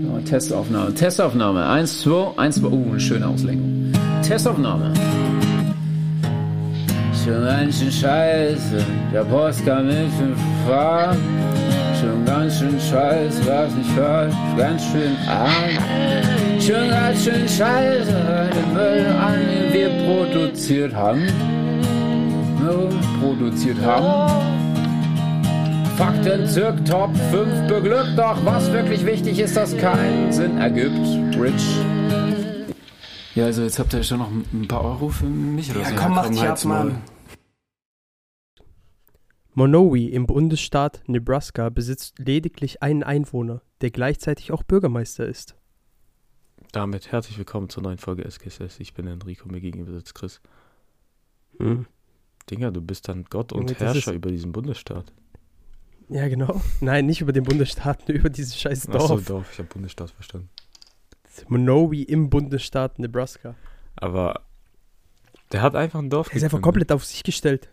Ja, Testaufnahme, Testaufnahme. Eins, zwei, eins, zwei. Uh, eine schöne Auslenkung. Testaufnahme. Schon ganz schön scheiße, der Post kam nicht in Fahrt. Schon ganz schön scheiße, was nicht hört. Ganz schön arm. Schon ganz schön scheiße, den Müll an, den wir produziert haben. Ne, produziert haben. Fakten zirk Top 5 beglückt, doch was wirklich wichtig ist, das keinen Sinn ergibt. Rich. Ja, also jetzt habt ihr schon noch ein paar Euro für mich oder Ja, so. komm, mach dich ab, halt's Maul. Mann. Monowi im Bundesstaat Nebraska besitzt lediglich einen Einwohner, der gleichzeitig auch Bürgermeister ist. Damit herzlich willkommen zur neuen Folge SKSS. Ich bin Enrico, mir gegenüber sitzt Chris. Hm. Dinger, du bist dann Gott und Junge, das Herrscher ist- über diesen Bundesstaat. Ja, genau. Nein, nicht über den Bundesstaat, nur über dieses scheiß Ach so, Dorf. Dorf, ich habe Bundesstaat verstanden. Monowi im Bundesstaat Nebraska. Aber der hat einfach ein Dorf Der ist einfach komplett auf sich gestellt.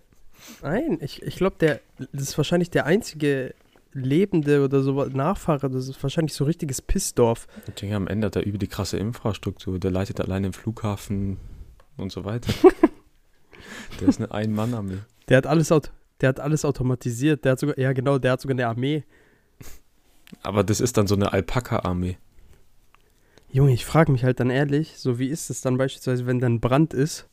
Nein, ich, ich glaube, der das ist wahrscheinlich der einzige lebende oder so was- Nachfahre. Das ist wahrscheinlich so ein richtiges Pissdorf. Dinger, am Ende hat er über die krasse Infrastruktur. Der leitet alleine den Flughafen und so weiter. der ist eine Ein-Mann-Armee. Der hat alles, aut der hat alles automatisiert. Der hat sogar, ja genau, der hat sogar eine Armee. Aber das ist dann so eine Alpaka-Armee. Junge, ich frage mich halt dann ehrlich, so wie ist es dann beispielsweise, wenn dann Brand ist?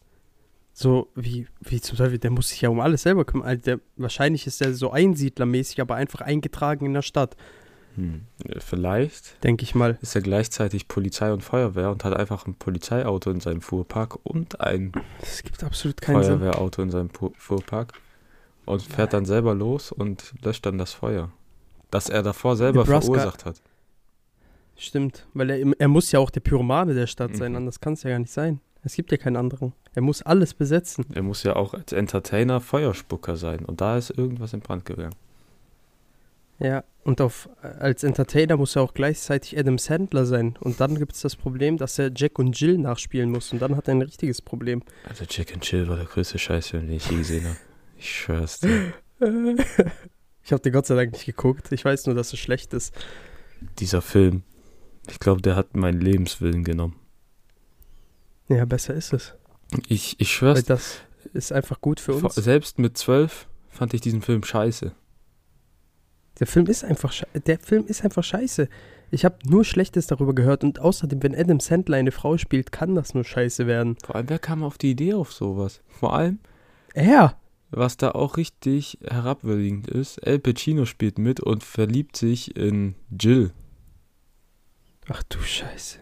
So wie, wie zum Beispiel, der muss sich ja um alles selber kümmern. Also der, wahrscheinlich ist der so einsiedlermäßig, aber einfach eingetragen in der Stadt, Hm. Vielleicht denke ich mal. ist er gleichzeitig Polizei und Feuerwehr und hat einfach ein Polizeiauto in seinem Fuhrpark und ein Das gibt absolut keinen Sinn. Feuerwehrauto in seinem Pu- Fuhrpark und fährt dann selber los und löscht dann das Feuer, das er davor selber Nebraska- verursacht hat. Stimmt, weil er, im- er muss ja auch der Pyromane der Stadt sein, Mhm. anders kann es ja gar nicht sein. Es gibt ja keinen anderen. Er muss alles besetzen. Er muss ja auch als Entertainer Feuerspucker sein und da ist irgendwas in Brand gegangen. Ja, und auf, als Entertainer muss er auch gleichzeitig Adam Sandler sein. Und dann gibt es das Problem, dass er Jack und Jill nachspielen muss. Und dann hat er ein richtiges Problem. Also Chicken Chill war der größte Scheißfilm, den ich je gesehen habe. Ich schwör's dir. Äh, Ich habe den Gott sei Dank nicht geguckt. Ich weiß nur, dass es schlecht ist. Dieser Film, ich glaube, der hat meinen Lebenswillen genommen. Ja, besser ist es. Ich, ich Weil schwör's das ist einfach gut für dir, uns. selbst mit zwölf fand ich diesen Film scheiße. Der Film ist einfach, sche- der Film ist einfach scheiße. Ich habe nur Schlechtes darüber gehört. Und außerdem, wenn Adam Sandler eine Frau spielt, kann das nur scheiße werden. Vor allem, wer kam auf die Idee auf sowas? Vor allem, Er! Was da auch richtig herabwürdigend ist, El Pacino spielt mit und verliebt sich in Jill. Ach du Scheiße.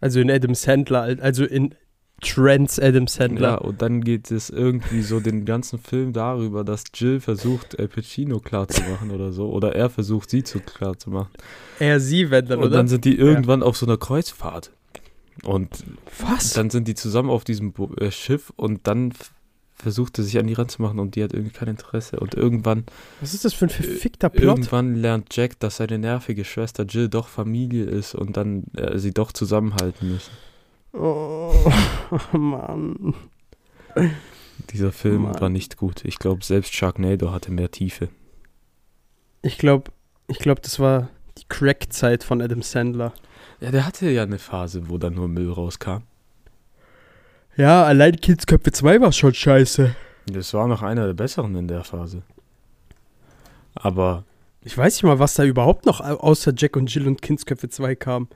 Also in Adam Sandler, al- also in Trents Adam Ja, Sandler. und dann geht es irgendwie so den ganzen Film darüber, dass Jill versucht, El Pacino klarzumachen oder so. Oder er versucht, sie zu klarzumachen. Er, sie, wenn dann, Und oder? dann sind die irgendwann auf so einer Kreuzfahrt. Und Was? dann sind die zusammen auf diesem Bo äh, Schiff und dann f- versucht er sich an die ranzumachen und die hat irgendwie kein Interesse. Und irgendwann Was ist das für ein verfickter Plot? äh, Irgendwann lernt Jack, dass seine nervige Schwester Jill doch Familie ist und dann äh, sie doch zusammenhalten müssen. Oh, Mann. Dieser Film Mann. war nicht gut. Ich glaube, selbst Sharknado hatte mehr Tiefe. Ich glaube, ich glaube, das war die Crack-Zeit von Adam Sandler. Ja, der hatte ja eine Phase, wo dann nur Müll rauskam. Ja, allein Kindsköpfe 2 war schon scheiße. Das war noch einer der besseren in der Phase. Aber Ich weiß nicht mal, was da überhaupt noch au- außer Jack und Jill und Kindsköpfe 2 kam.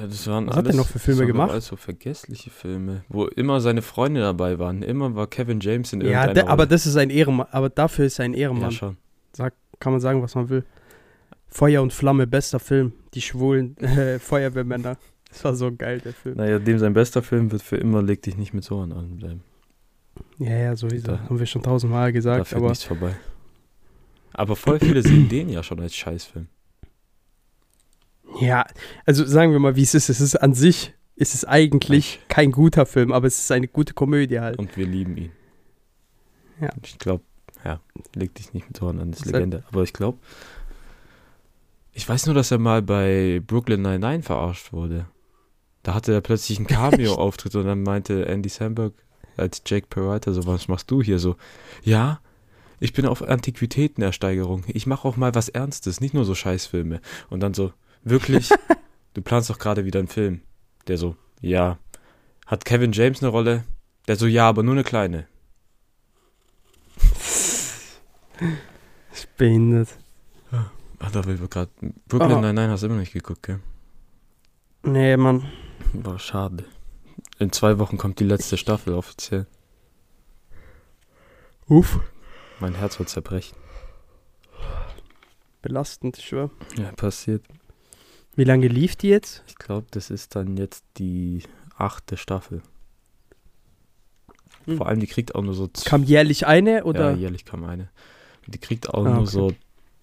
ja, das waren Was alles, hat er noch für Filme das waren gemacht? Also vergessliche Filme, wo immer seine Freunde dabei waren. Immer war Kevin James in Ja, irgendeiner de, aber Rolle. das ist ein Ehrenmann. Aber dafür ist er ein ja, Ehrenmann. schon. kann man sagen, was man will. Feuer und Flamme, bester Film. Die schwulen äh, Feuerwehrmänner. Das war so geil, der Film. Naja, dem sein bester Film wird für immer Leg dich nicht mit so an bleiben. Ja, ja, sowieso. Da- Haben wir schon tausendmal da gesagt. fällt Aber nichts vorbei. Aber voll viele sehen den ja schon als Scheißfilm. ja, also sagen wir mal, wie es ist. Es ist an sich, ist es eigentlich kein guter Film, aber es ist eine gute Komödie halt. Und wir lieben ihn. Ja. Ich glaube, ja, leg dich nicht mit Horn an, das ist Seit- Legende. Aber ich glaube, ich weiß nur, dass er mal bei Brooklyn Nine-Nine verarscht wurde. Da hatte er plötzlich einen Cameo-Auftritt und dann meinte Andy Samberg als Jake Peralta so, was machst du hier so? Ja, ich bin auf Antiquitätenersteigerung. Ich mache auch mal was Ernstes, nicht nur so Scheißfilme. Und dann so, wirklich, du planst doch gerade wieder einen Film. Der so, ja. Hat Kevin James eine Rolle? Der so, ja, aber nur eine kleine. Ich behindert. Ach, da will wir gerade. Brooklyn Ah. Nine-Nine hast du immer nicht geguckt, gell? Nee, Mann. War schade. In zwei Wochen kommt die letzte Staffel offiziell. Uff. Mein Herz wird zerbrechen. Belastend, ich schwör. Ja, passiert. Wie lange lief die jetzt? Ich glaube, das ist dann jetzt die achte Staffel. Hm. Vor allem, die kriegt auch nur so. z- Kam jährlich eine oder? Ja, jährlich kam eine. Die kriegt auch Ah, nur okay. so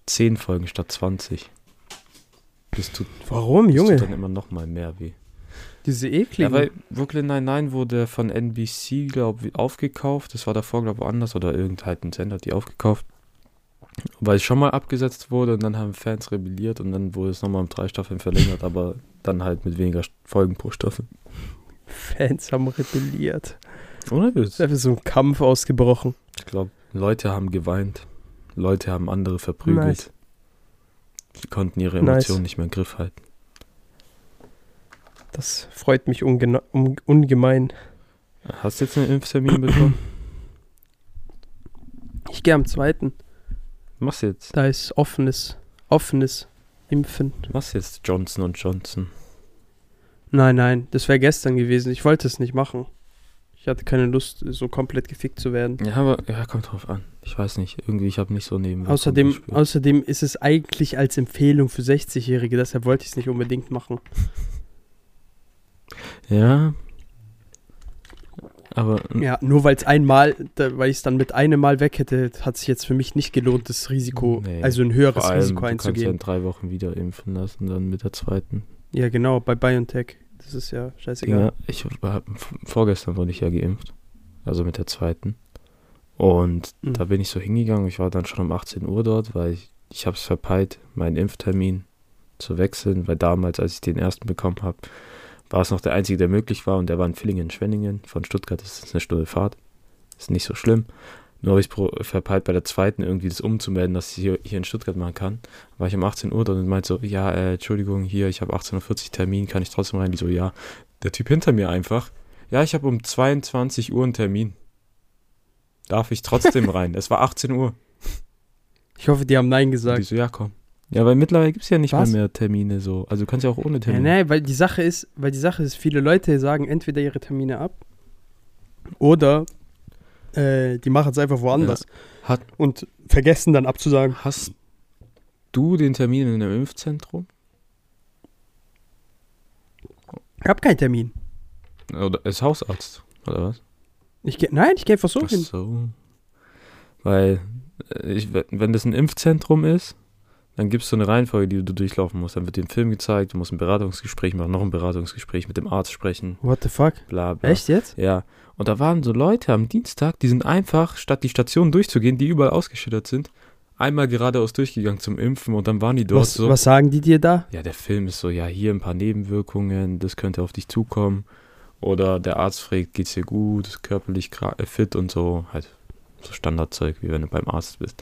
10 Folgen statt 20. Das tut, Warum, das tut Junge? dann immer noch mal mehr weh. Diese Ja, ekligen. weil Brooklyn Nine-Nine wurde von NBC, glaube ich, aufgekauft. Das war davor, glaube ich, woanders oder irgendein halt ein Sender hat die aufgekauft. Weil es schon mal abgesetzt wurde und dann haben Fans rebelliert und dann wurde es nochmal um drei Staffeln verlängert, aber dann halt mit weniger Folgen pro Staffel. Fans haben rebelliert. Ohne Witz. Ist einfach so ein Kampf ausgebrochen. Ich glaube, Leute haben geweint. Leute haben andere verprügelt. Nice. Sie konnten ihre Nice. Emotionen nicht mehr im Griff halten. Das freut mich ungena- um, ungemein. Hast du jetzt einen Impftermin bekommen? Ich gehe am zweiten. Mach's jetzt. Da ist offenes, offenes Impfen. Mach's jetzt Johnson Johnson. Nein, nein, das wäre gestern gewesen. Ich wollte es nicht machen. Ich hatte keine Lust, so komplett gefickt zu werden. Ja, aber ja, kommt drauf an. Ich weiß nicht. Irgendwie, ich habe nicht so neben. Außerdem, außerdem ist es eigentlich als Empfehlung für 60-Jährige, deshalb wollte ich es nicht unbedingt machen. Ja. Aber ja. Ja, nur weil es einmal, da, weil ich es dann mit einem Mal weg hätte, hat sich jetzt für mich nicht gelohnt, das Risiko, Nee, also ein vor höheres allem, Risiko du kannst ja in einzugehen. drei Wochen wieder impfen lassen, dann mit der zweiten. Ja, genau, bei BioNTech. Das ist ja scheißegal. Ja, ich war, vorgestern wurde ich ja geimpft. Also mit der zweiten. Und Mhm. da bin ich so hingegangen. Ich war dann schon um 18 Uhr dort, weil ich, ich habe es verpeilt, meinen Impftermin zu wechseln, weil damals, als ich den ersten bekommen habe, war es noch der einzige, der möglich war und der war in Villingen-Schwenningen. Von Stuttgart ist es eine Stunde Fahrt. Ist nicht so schlimm. Nur habe ich es verpeilt, bei der zweiten irgendwie das umzumelden, dass ich hier, hier in Stuttgart machen kann. War ich um 18 Uhr dort und meinte so, ja, äh, Entschuldigung, hier, ich habe 18.40 Uhr Termin, kann ich trotzdem rein? Die so, ja. Der Typ hinter mir einfach, ja, ich habe um 22 Uhr einen Termin. Darf ich trotzdem rein? Es war 18 Uhr. Ich hoffe, die haben Nein Und die gesagt. so, ja, komm. Ja, weil mittlerweile gibt es ja nicht Was? mehr, mehr Termine so. Also du kannst ja auch ohne Ja, ne? Termin. nein, weil die Sache ist, weil die Sache ist, viele Leute sagen entweder ihre Termine ab oder äh, die machen es einfach woanders Hat, und vergessen dann abzusagen. hast du den Termin in einem Impfzentrum? Ich habe keinen Termin. Oder ist Hausarzt, oder was? Ich geh, nein, ich gehe einfach so Ach hin. so. Weil, äh, ich, we- wenn das ein Impfzentrum ist, dann gibt es so eine Reihenfolge, die du durchlaufen musst. Dann wird dir ein Film gezeigt, du musst ein Beratungsgespräch machen, noch ein Beratungsgespräch mit dem Arzt sprechen, What the fuck? bla bla. Echt jetzt? Ja, und da waren so Leute am Dienstag, die sind einfach, statt die Stationen durchzugehen, die überall ausgeschildert sind, einmal geradeaus durchgegangen zum Impfen und dann waren die dort Was, so. was sagen die dir da? Ja, der Film ist so, ja, hier ein paar Nebenwirkungen, das könnte auf dich zukommen. Oder der Arzt fragt, geht's dir gut, ist körperlich gra- äh, fit und so. Halt so Standardzeug, wie wenn du beim Arzt bist.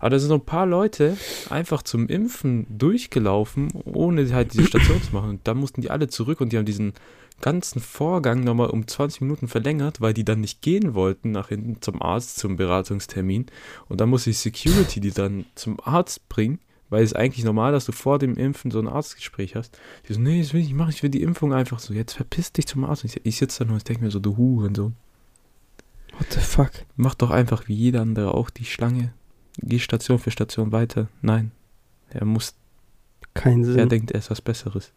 Aber da sind so ein paar Leute einfach zum Impfen durchgelaufen, ohne halt diese Station zu machen. Und da mussten die alle zurück und die haben diesen ganzen Vorgang nochmal um 20 Minuten verlängert, weil die dann nicht gehen wollten nach hinten zum Arzt, zum Beratungstermin. Und dann muss ich Security die dann zum Arzt bringen, weil es eigentlich normal, dass du vor dem Impfen so ein Arztgespräch hast. Die so, nee, das will ich nicht machen, ich will die Impfung einfach so. Jetzt verpiss dich zum Arzt. Und Ich, ich sitze da nur und denke mir so, du Hurensohn. What the fuck? Mach doch einfach wie jeder andere auch die Schlange. Geh Station für Station weiter. Nein. Er muss, Keinen er Sinn. denkt, er ist was Besseres.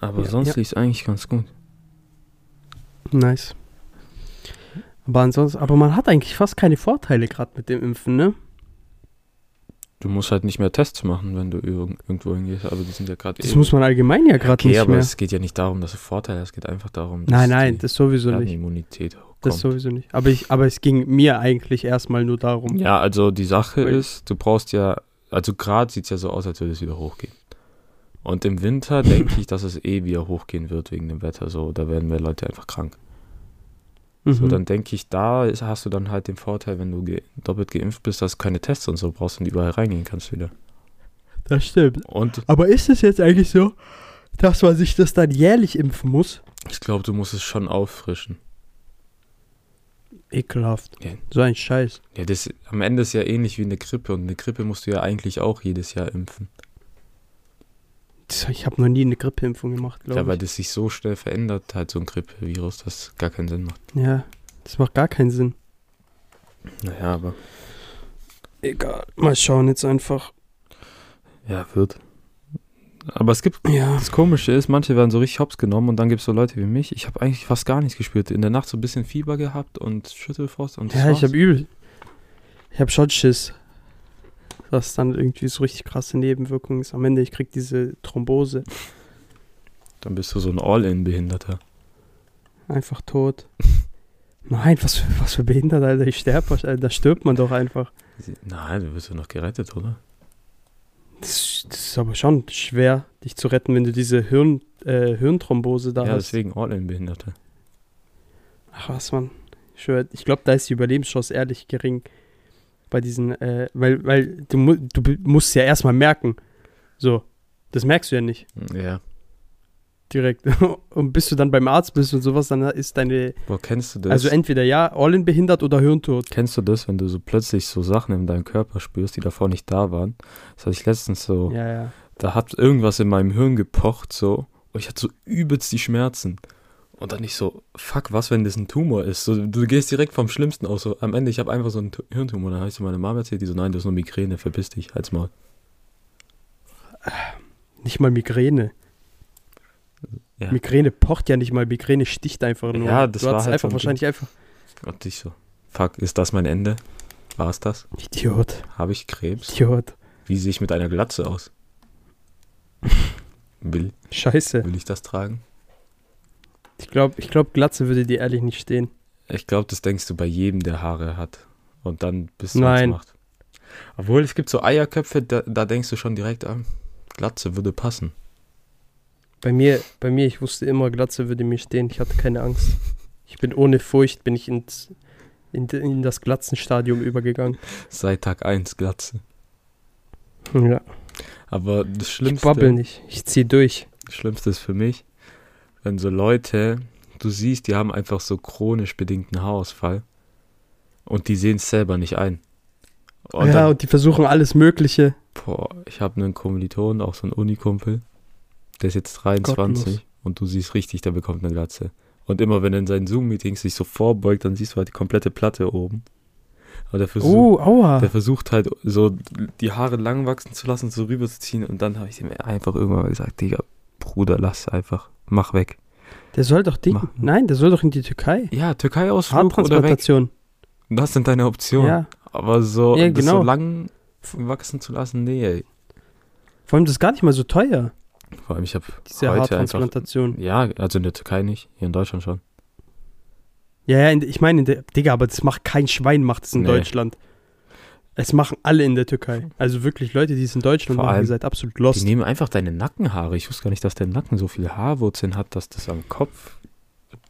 Aber Ja, sonst ja. lief es eigentlich ganz gut. nice. Aber ansonsten, aber man hat eigentlich fast keine Vorteile gerade mit dem Impfen, ne? Du musst halt nicht mehr Tests machen, wenn du irg irgendwo hingehst, aber die sind ja gerade Das eh- muss man allgemein ja gerade Okay, nicht aber mehr. es geht ja nicht darum, dass du Vorteile hast, es geht einfach darum, Nein, die nein, das sowieso nicht. Immunität hochkommt. Das sowieso nicht. Aber, ich, aber es ging mir eigentlich erstmal nur darum. Ja, also die Sache Weil- ist, du brauchst ja, also gerade sieht es ja so aus, als würde es wieder hochgehen. Und im Winter denke ich, dass es eh wieder hochgehen wird wegen dem Wetter so, da werden mehr Leute einfach krank. So, Mhm. dann denke ich, da ist, hast du dann halt den Vorteil, wenn du ge doppelt geimpft bist, dass du keine Tests und so brauchst und überall reingehen kannst wieder. Das stimmt. Und Aber ist es jetzt eigentlich so, dass man sich das dann jährlich impfen muss? ich glaube, du musst es schon auffrischen. Ekelhaft. Ja. So ein Scheiß. Ja, das am Ende ist ja ähnlich wie eine Grippe und eine Grippe musst du ja eigentlich auch jedes Jahr impfen. Ich habe noch nie eine Grippeimpfung gemacht, Ja, glaube weil das sich so schnell verändert, halt so ein Grippevirus, das gar keinen Sinn macht. ich. Ja, das macht gar keinen Sinn. Naja, aber Egal. Mal schauen jetzt einfach. ja, wird. Aber es gibt Ja. Das Komische ist, manche werden so richtig hops genommen und dann gibt es so Leute wie mich. Ich habe eigentlich fast gar nichts gespürt. In der Nacht so ein bisschen Fieber gehabt und Schüttelfrost und das Ja, ich war's. habe übel. Ich habe schon Schiss. Dass dann irgendwie so richtig krasse Nebenwirkungen ist. Am Ende, ich krieg diese Thrombose. Dann bist du so ein All-In-Behinderter. Einfach tot. Nein, was für, was für behindert, Alter. Ich sterbe wahrscheinlich. Da stirbt man doch einfach. Nein, du wirst ja noch gerettet, oder? Das, das ist aber schon schwer, dich zu retten, wenn du diese Hirn, äh, Hirnthrombose da ja, hast. deswegen All-In-Behinderte. Ach was, Mann. Ich, schwör, ich glaube, da ist die Überlebenschance ehrlich gering. Bei diesen, äh, weil, weil du, mu- du b- musst ja erstmal merken. So, das merkst du ja nicht Ja. direkt. Und bis du dann beim Arzt bist und sowas, dann ist deine, Boah, kennst du das? also entweder ja, all-in behindert oder Hirntod. kennst du das, wenn du so plötzlich so Sachen in deinem Körper spürst, die davor nicht da waren? Das hatte ich letztens so. Ja, ja. Da hat irgendwas in meinem Hirn gepocht so und ich hatte so übelst die Schmerzen. Und dann nicht so, fuck, was, wenn das ein Tumor ist? So, du gehst direkt vom Schlimmsten aus. So, am Ende, ich habe einfach so einen Tu- Hirntumor. Dann habe ich so meine Mama erzählt, die so, nein, das ist nur Migräne, verpiss dich, halt's mal. Nicht mal Migräne. Ja. Migräne pocht ja nicht mal, Migräne sticht einfach nur. Ja, das du war hattest halt so einfach ein wahrscheinlich einfach. Und ich so, fuck, ist das mein Ende? War es das? Idiot, Habe ich Krebs? Idiot. Wie sehe ich mit einer Glatze aus? Will, Scheiße. will ich das tragen? Ich glaube, ich glaub, Glatze würde dir ehrlich nicht stehen. Ich glaube, das denkst du bei jedem, der Haare hat. Und dann bist du Nein. macht. Obwohl, es gibt so Eierköpfe, da, da denkst du schon direkt an, Glatze würde passen. Bei mir, bei mir, ich wusste immer, Glatze würde mir stehen. Ich hatte keine Angst. Ich bin ohne Furcht, bin ich ins, in, in das Glatzenstadium übergegangen. Seit Tag 1 Glatze. Ja. Aber das Ich babbel Schlimmste, nicht. Ich zieh durch. das Schlimmste ist für mich, wenn so Leute, du siehst, die haben einfach so chronisch bedingten Haarausfall und die sehen es selber nicht ein. Und ja, dann, und die versuchen alles Mögliche. Boah, ich habe einen Kommilitonen, auch so einen Unikumpel. Der ist jetzt 23 Gottlos. und du siehst richtig, der bekommt eine Glatze. Und immer wenn er in seinen Zoom-Meetings sich so vorbeugt, dann siehst du halt die komplette Platte oben. Aber der versucht, Oh, aua. der versucht halt so die Haare lang wachsen zu lassen, so rüberzuziehen. Und dann habe ich dem einfach irgendwann mal gesagt, Digga, Bruder, lass einfach, mach weg. Der soll doch Ding. Machen. Nein, der soll doch in die Türkei. Ja, Türkei-Ausflug oder weg. Haartransplantation. Das sind deine Optionen. Ja. Aber so, Ja, das so genau. lang wachsen zu lassen, nee. ey. Vor allem, das ist gar nicht mal so teuer, Vor allem, ich habe diese heute einfach Haartransplantation. Ja, also in der Türkei nicht, hier in Deutschland schon. Ja, ja, in, ich meine, in der, Digga, aber das macht kein Schwein, macht es in Nee. Deutschland. Es machen alle in der Türkei. Also wirklich Leute, die es in Deutschland Vor machen, allem ihr seid absolut Die lost. nehmen einfach deine Nackenhaare. Ich wusste gar nicht, dass der Nacken so viele Haarwurzeln hat, dass das am Kopf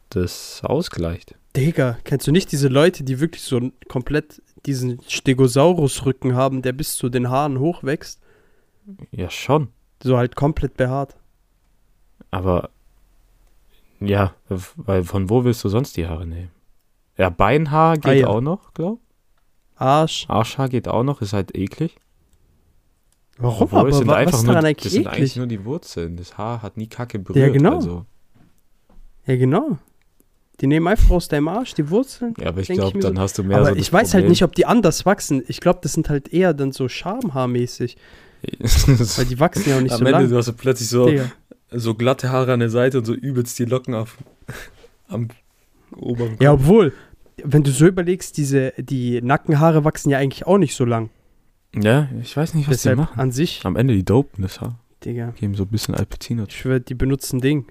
das ausgleicht. Digga, kennst du nicht diese Leute, die wirklich so n- komplett diesen Stegosaurus-Rücken haben, der bis zu den Haaren hochwächst? Ja, schon. So halt komplett behaart. Aber ja, weil von wo willst du sonst die Haare nehmen? Ja, Beinhaar geht Eier. auch noch, glaub. Arsch. Arschhaar geht auch noch, ist halt eklig. Warum Obwohl, aber? es sind Wa- einfach was ist nur, daran das eigentlich sind eigentlich eklig? nur die Wurzeln. Das Haar hat nie Kacke berührt. genau. Also, Ja, genau. Die nehmen einfach aus deinem Arsch die Wurzeln. ja, aber ich Denk ich glaube, mir so. dann hast du mehr aber so das ich weiß Problem. halt nicht, ob die anders wachsen. Ich glaube, das sind halt eher dann so Schamhaarmäßig, weil die wachsen ja auch nicht Am so Ende, lang. du hast du plötzlich so Digga. so glatte Haare an der Seite und so übelst die Locken auf am oberen Ja, obwohl, wenn du so überlegst, diese, die Nackenhaare wachsen ja eigentlich auch nicht so lang. Ja, ich weiß nicht, was die Deshalb machen. an sich, Am Ende die dopen das Haar. Digga. Geben so ein bisschen Alpecin. Ich schwör, die benutzen Ding.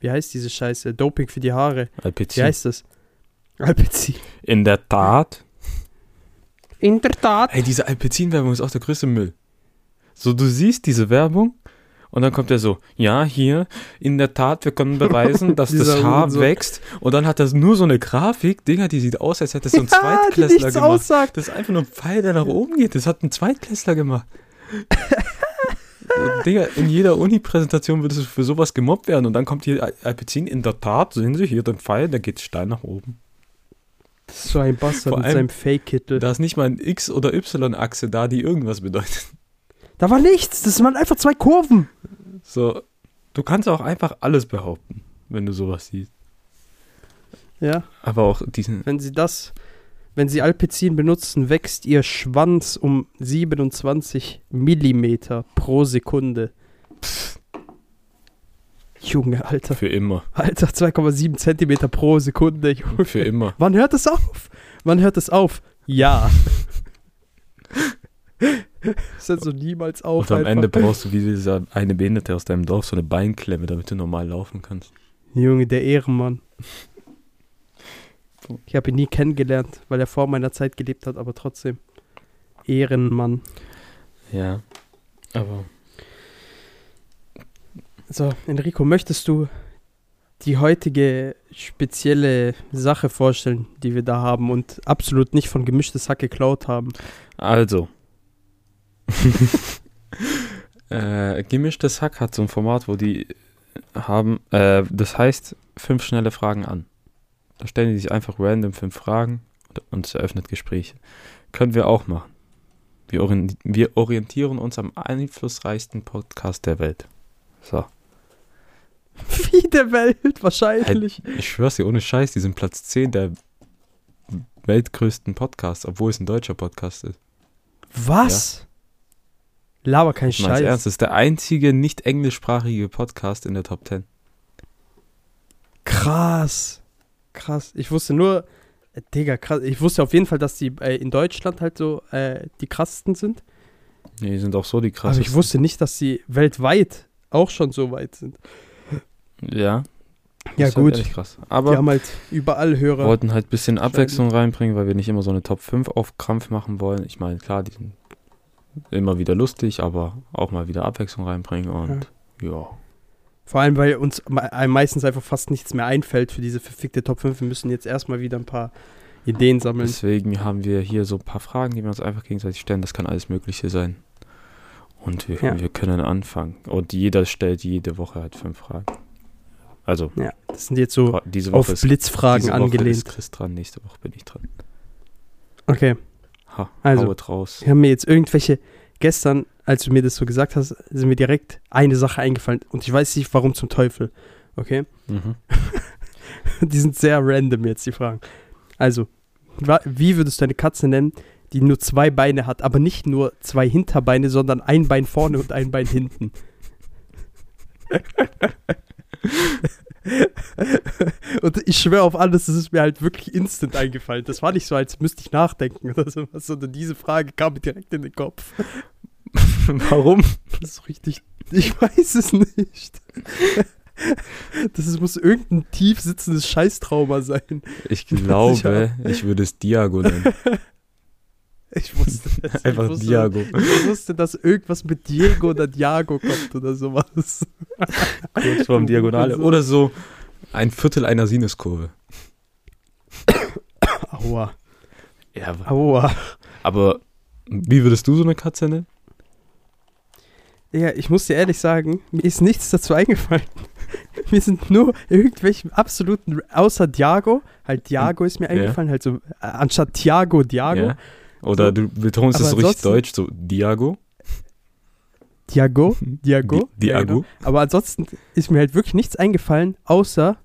Wie heißt diese Scheiße? Doping für die Haare. Wie Alpecin. heißt das? Alpezi. In der Tat. In der Tat. Ey, diese Alpecin-Werbung ist auch der größte Müll. So, du siehst diese Werbung und dann kommt er so, ja, hier, in der Tat, wir können beweisen, dass das Dieser Haar Hurensohn. wächst. Und dann hat das nur so eine Grafik, Digga, die sieht aus, als hätte es so ein Ah, die Zweitklässler nichts gemacht. aussagt. Das ist einfach nur ein Pfeil, der nach oben geht. Das hat ein Zweitklässler gemacht. Digga, in jeder Uni-Präsentation würdest du für sowas gemobbt werden und dann kommt hier Al- Alpecin in der Tat, sehen Sie hier den Pfeil, da geht steil nach oben. Das ist so ein Bastard Vor mit allem- seinem Fake-Kittel. Da, Da ist nicht mal ein X- oder Y-Achse da, die irgendwas bedeutet. war nichts, das waren einfach zwei Kurven. So, du kannst auch einfach alles behaupten, wenn du sowas siehst. Ja, Aber auch diesen, wenn sie das, wenn sie Alpecin benutzen, wächst ihr Schwanz um 27 Millimeter pro Sekunde. Junge, Alter. für immer, Alter, 2,7 Zentimeter pro Sekunde. Junge. für immer. Wann hört es auf? Wann hört es auf? Ja. Das hört so niemals auf. Und am einfach. Ende brauchst du wie dieser eine Behinderte aus deinem Dorf so eine Beinklemme, damit du normal laufen kannst. Junge, der Ehrenmann. Ich habe ihn nie kennengelernt, weil er vor meiner Zeit gelebt hat, aber trotzdem. Ehrenmann. Ja. Aber. So, Enrico, möchtest du die heutige spezielle Sache vorstellen, die wir da haben und absolut nicht von gemischtes Hack geklaut haben? Also. äh, gemischtes Hack hat so ein Format, wo die haben, äh, das heißt, fünf schnelle Fragen an. Da stellen die sich einfach random fünf Fragen und- und es eröffnet Gespräche. Können wir auch machen. Wir, orien wir orientieren uns am einflussreichsten Podcast der Welt. So. Wie der Welt, wahrscheinlich. Ich schwör's dir, ohne Scheiß, die sind Platz 10 der weltgrößten Podcasts, obwohl es ein deutscher Podcast ist. Was? Laber kein Ich mein's Scheiß. ernst, das ist der einzige nicht englischsprachige Podcast in der Top 10. Krass. Krass. Ich wusste nur, äh, Digga, krass. Ich wusste auf jeden Fall, dass die äh, in Deutschland halt so äh, die krassesten sind. Nee, die sind auch so die aber ich wusste nicht, dass sie weltweit auch schon so weit sind. Ja. Ja, ist gut. Halt ehrlich krass. Die Aber haben halt überall wir Hörer. wollten halt ein bisschen Abwechslung reinbringen, weil wir nicht immer so eine Top 5 auf Krampf machen wollen. Ich meine, klar, die sind immer wieder lustig, aber auch mal wieder Abwechslung reinbringen und ja. Vor allem, weil uns me- äh, meistens einfach fast nichts mehr einfällt für diese verfickte Top 5. Wir müssen jetzt erstmal wieder ein paar Ideen sammeln. Deswegen haben wir hier so ein paar Fragen, die wir uns einfach gegenseitig stellen. Das kann alles Mögliche sein. Und wir, Ja. wir können anfangen. Und jeder stellt jede Woche halt fünf Fragen. Also, Ja, das sind jetzt so ho- diese Woche auf ist, Blitzfragen diese Woche angelehnt. ist Chris dran, nächste Woche bin ich dran. Okay. Ha, Also. hauet raus. Ich habe mir jetzt irgendwelche, gestern, als du mir das so gesagt hast, sind mir direkt eine Sache eingefallen und ich weiß nicht, warum zum Teufel. Okay? Mhm. Die sind sehr random jetzt, die Fragen. Also, wa- wie würdest du eine Katze nennen, die nur zwei Beine hat, aber nicht nur zwei Hinterbeine, sondern ein Bein vorne und ein Bein hinten? und ich schwöre auf alles, das ist mir halt wirklich instant eingefallen. Das war nicht so, als müsste ich nachdenken oder sowas, sondern diese Frage kam mir direkt in den Kopf. Warum? Das ist richtig. Ich weiß es nicht. Das ist, muss irgendein tief sitzendes Scheißtrauma sein. Ich Ich glaube, hab- ich würde es Diago nennen. Ich wusste es. ich Einfach wusste, Diago. Ich wusste, dass irgendwas mit Diego oder Diago kommt oder sowas. Kurz vorm Diagonale. Also. Oder so ein Viertel einer Sinuskurve. Aua. Ja, Aua. aber wie würdest du so eine Katze nennen? Ja, ich muss dir ehrlich sagen, mir ist nichts dazu eingefallen. Mir sind nur irgendwelche absoluten, außer Diago, halt Diago ist mir Ja. eingefallen, halt so, äh, anstatt Thiago, Diago. Ja? Oder So. du betonst es Aber so richtig ansonsten- deutsch, so Diago. Diago, Diago. Di Ja, genau. Diago. Aber ansonsten ist mir halt wirklich nichts eingefallen, außer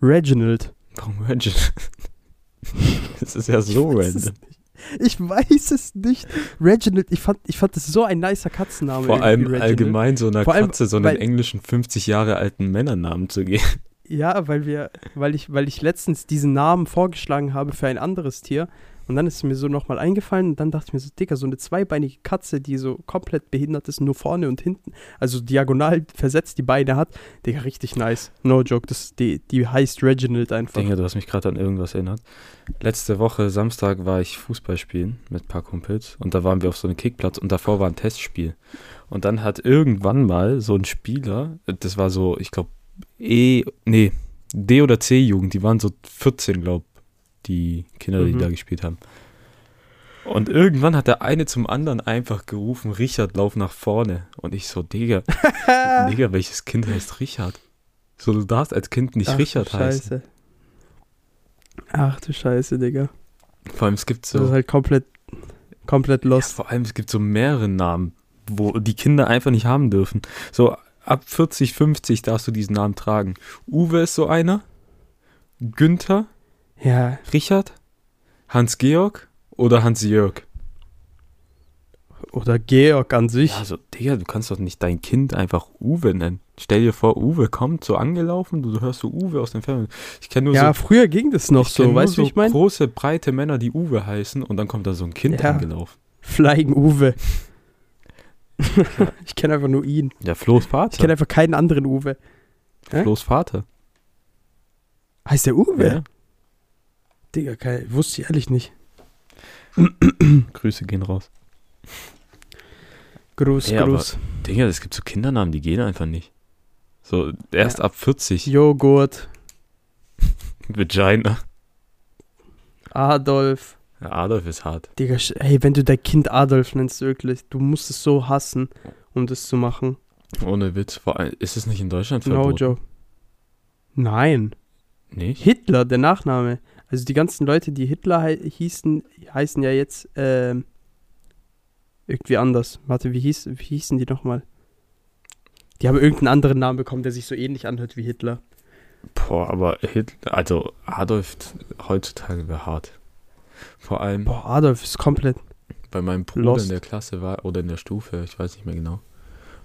Reginald. Warum random? Das ist ja so Ich weiß es random. Ich weiß es nicht. Reginald, ich fand, ich fand das so ein nicer Katzenname. Vor allem irgendwie, Reginald. allgemein so einer Vor allem, Katze so einen weil- englischen 50 Jahre alten Männernamen zu geben. Ja, weil wir, weil ich, weil ich letztens diesen Namen vorgeschlagen habe für ein anderes Tier. Und dann ist es mir so nochmal eingefallen und dann dachte ich mir so, Dicker, so eine zweibeinige Katze, die so komplett behindert ist, nur vorne und hinten, also diagonal versetzt die Beine hat. Digga, richtig nice. No joke, das, die, die heißt Reginald Ich einfach. denke, du hast mich gerade an irgendwas erinnert. Letzte Woche, Samstag, war ich Fußball spielen mit ein paar Kumpels und da waren wir auf so einem Kickplatz und davor war ein Testspiel. Und dann hat irgendwann mal so ein Spieler, das war so, ich glaube, E, nee, D oder C-Jugend, die waren so 14, glaube die Kinder, die Mhm. da gespielt haben. Und irgendwann hat der eine zum anderen einfach gerufen, Richard, lauf nach vorne. Und ich so, Digga, Digga, welches Kind heißt Richard? So, du darfst als Kind nicht Ach, Richard du heißen. Scheiße. Ach du Scheiße, Digga. Vor allem, es gibt Das ist so, halt komplett, komplett ja, lost. vor allem, es gibt so mehrere Namen, wo die Kinder einfach nicht haben dürfen. So, ab 40, 50 darfst du diesen Namen tragen. Uwe ist so einer. Günther, Ja, Richard, Hans-Georg oder Hans-Jörg. oder Georg an sich. Ja, also, Digga, du kannst doch nicht dein Kind einfach Uwe nennen. Stell dir vor, Uwe kommt so angelaufen, du hörst so Uwe aus dem Fernsehen. Ich kenne nur Ja, so, früher ging das noch kenn so, nur weißt du, so wie ich meine? große, breite Männer, die Uwe heißen und dann kommt da so ein Kind Ja. angelaufen. Flying Uwe. ich kenne einfach nur ihn. Ja, Flo's Ich Vater. kenne einfach keinen anderen Uwe. Hä? Flo's Vater. Heißt der Uwe? Ja. Digga, geil. Wusste ich ehrlich nicht. Grüße gehen raus. Gruß, Ja, Gruß. Digga, es gibt so Kindernamen, die gehen einfach nicht. So, erst ab 40. Joghurt, Vagina. Adolf. Ja, Adolf ist hart. Digga, sch- ey, wenn du dein Kind Adolf nennst, wirklich, du musst es so hassen, um das zu machen. Ohne Witz. Vor allem, ist es nicht in Deutschland No verboten? joke. Nein. Nicht? Hitler, der Nachname. Also die ganzen Leute, die Hitler hei hießen, heißen ja jetzt ähm, irgendwie anders. Warte, wie, hieß, wie hießen die nochmal? Die haben irgendeinen anderen Namen bekommen, der sich so ähnlich anhört wie Hitler. Boah, aber Hitler, also Adolf heutzutage wäre hart. Vor allem Boah, Adolf ist komplett. bei meinem Bruder Lost. in der Klasse war, oder in der Stufe, ich weiß nicht mehr genau,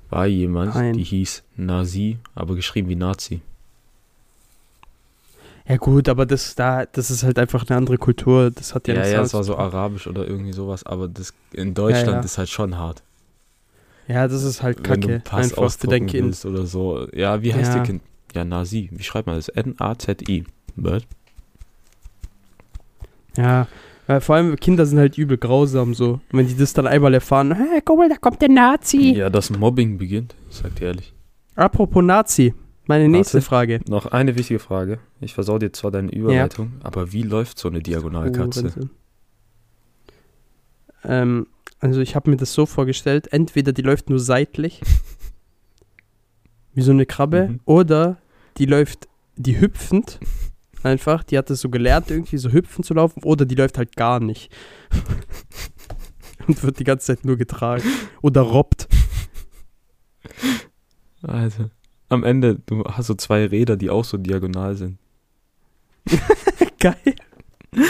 war jemand, Nein. die hieß Nazi, aber geschrieben wie Nazi. Ja gut, aber das da, das ist halt einfach eine andere Kultur. Das hat ja, Ja, ja, nichts es anderes war so zu tun. arabisch oder irgendwie sowas, aber das in Deutschland ja. ist halt schon hart. Ja, das ist halt Wenn du Kacke. einen Pass Einfach für dein ausdrucken Kind. willst oder so. Ja, wie heißt Ja. ihr Kind? Ja, Nazi. Wie schreibt man das? N-A-Z-I. Was? Ja, weil vor allem Kinder sind halt übel grausam so. Und wenn die das dann einmal erfahren, hey, guck mal, da kommt der Nazi. Ja, das Mobbing beginnt, ich sag dir ehrlich. Apropos Nazi, meine nächste Warte. Frage. Noch eine wichtige Frage. Ich versau dir zwar deine Überleitung, aber wie läuft so eine Diagonalkatze? Hurensinn. Ähm, also ich habe mir das so vorgestellt, entweder die läuft nur seitlich, wie so eine Krabbe, Mhm. oder die läuft, die hüpfend, einfach, die hat es so gelernt, irgendwie so hüpfend zu laufen, oder die läuft halt gar nicht. Und wird die ganze Zeit nur getragen. Oder robbt. Also, am Ende, du hast so zwei Räder, die auch so diagonal sind. Geil. Dann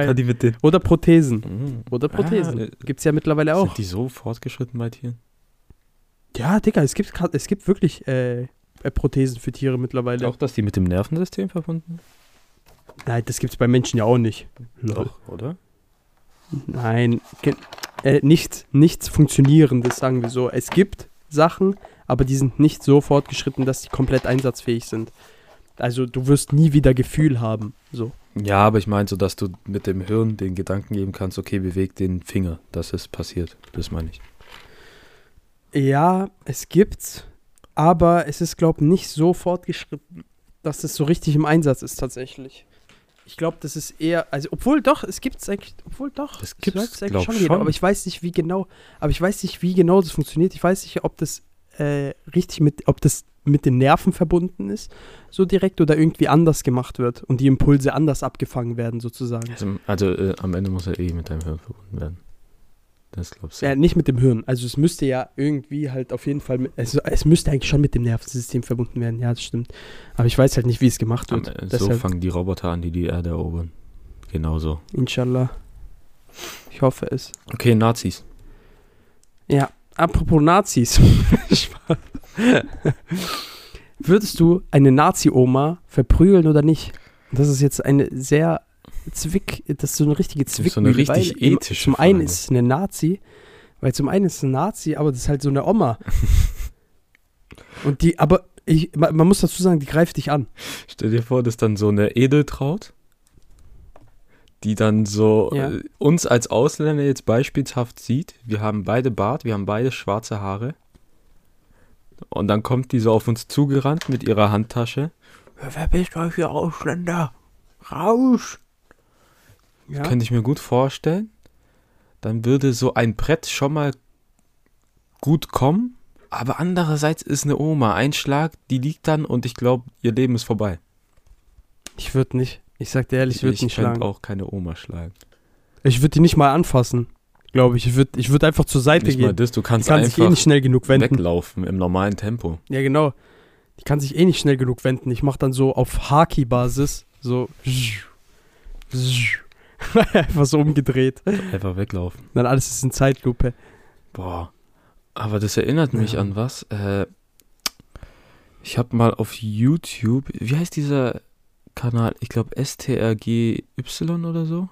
kann Geil. die mit den. Oder Prothesen. Mhm. Oder Prothesen. Ah, äh, Gibt's ja mittlerweile auch. Sind die so fortgeschritten bei Tieren? Ja, Digga, es gibt, grad- es gibt wirklich äh, äh, Prothesen für Tiere mittlerweile. Auch, dass die mit dem Nervensystem verbunden Nein, das gibt's bei Menschen ja auch nicht. sind? Doch, oder? Nein, ge- äh, nichts, nichts Funktionierendes, sagen wir so. Es gibt Sachen, aber die sind nicht so fortgeschritten, dass die komplett einsatzfähig sind. Also du wirst nie wieder Gefühl haben. So. Ja, aber ich meine so, dass du mit dem Hirn den Gedanken geben kannst, okay, beweg den Finger, dass es passiert. Das meine ich. Ja, es gibt's, aber es ist, glaube ich, nicht so fortgeschritten, dass es so richtig im Einsatz ist tatsächlich. Ich glaube, das ist eher, also obwohl doch, es gibt's eigentlich, obwohl doch, Das es gibt's, soll's glaub geben, schon. aber ich weiß nicht, wie genau, aber ich weiß nicht, wie genau das funktioniert. Ich weiß nicht, ob das äh, richtig mit, ob das mit den Nerven verbunden ist, so direkt oder irgendwie anders gemacht wird und die Impulse anders abgefangen werden sozusagen. Also, also äh, am Ende muss er eh mit deinem Hirn verbunden werden. Das glaubst du. Ja, nicht mit dem Hirn. Also es müsste ja irgendwie halt auf jeden Fall, mit, also es müsste eigentlich schon mit dem Nervensystem verbunden werden. Ja, das stimmt. Aber ich weiß halt nicht, wie es gemacht Am- wird. äh, so Deshalb, fangen die Roboter an, die die Erde erobern. Genauso. inshallah. Ich hoffe es. Okay, Nazis. Apropos Nazis. Spaß. Würdest du eine Nazi-Oma verprügeln oder nicht? Das ist jetzt eine sehr Zwick, das ist so eine richtige ist Zwick. so eine richtig ethische Zum einen Frage. ist es eine Nazi, weil zum einen ist es eine Nazi, aber das ist halt so eine Oma. Und die, aber ich, man, man muss dazu sagen, die greift dich an. Stell dir vor, dass dann so eine Edeltraut, die dann so Ja. äh, uns als Ausländer jetzt beispielhaft sieht. Wir haben beide Bart, wir haben beide schwarze Haare. Und dann kommt die so auf uns zugerannt mit ihrer Handtasche. Wer bist euch, ihr Ausländer? Raus! Ja, Könnte ich mir gut vorstellen. dann würde so ein Brett schon mal gut kommen. Aber andererseits ist eine Oma ein Schlag, die liegt dann und ich glaube, ihr Leben ist vorbei. Ich würde nicht. Ich sag dir ehrlich, ich würde nicht könnte schlagen. auch keine Oma schlagen. Ich würde die nicht mal anfassen, glaube ich. Ich würde ich würd einfach zur Seite Nicht mal gehen. das, du Die kannst kann sich eh einfach nicht schnell genug wenden. weglaufen im normalen Tempo. Ja, genau. Die kann sich eh nicht schnell genug wenden. Ich mache dann so auf Haki-Basis so. Einfach so umgedreht. Einfach weglaufen. Dann alles ist in Zeitlupe. Boah. Aber das erinnert mich Ja. an was. Äh, ich habe mal auf YouTube, wie heißt dieser Kanal? Ich glaube STRGY oder so.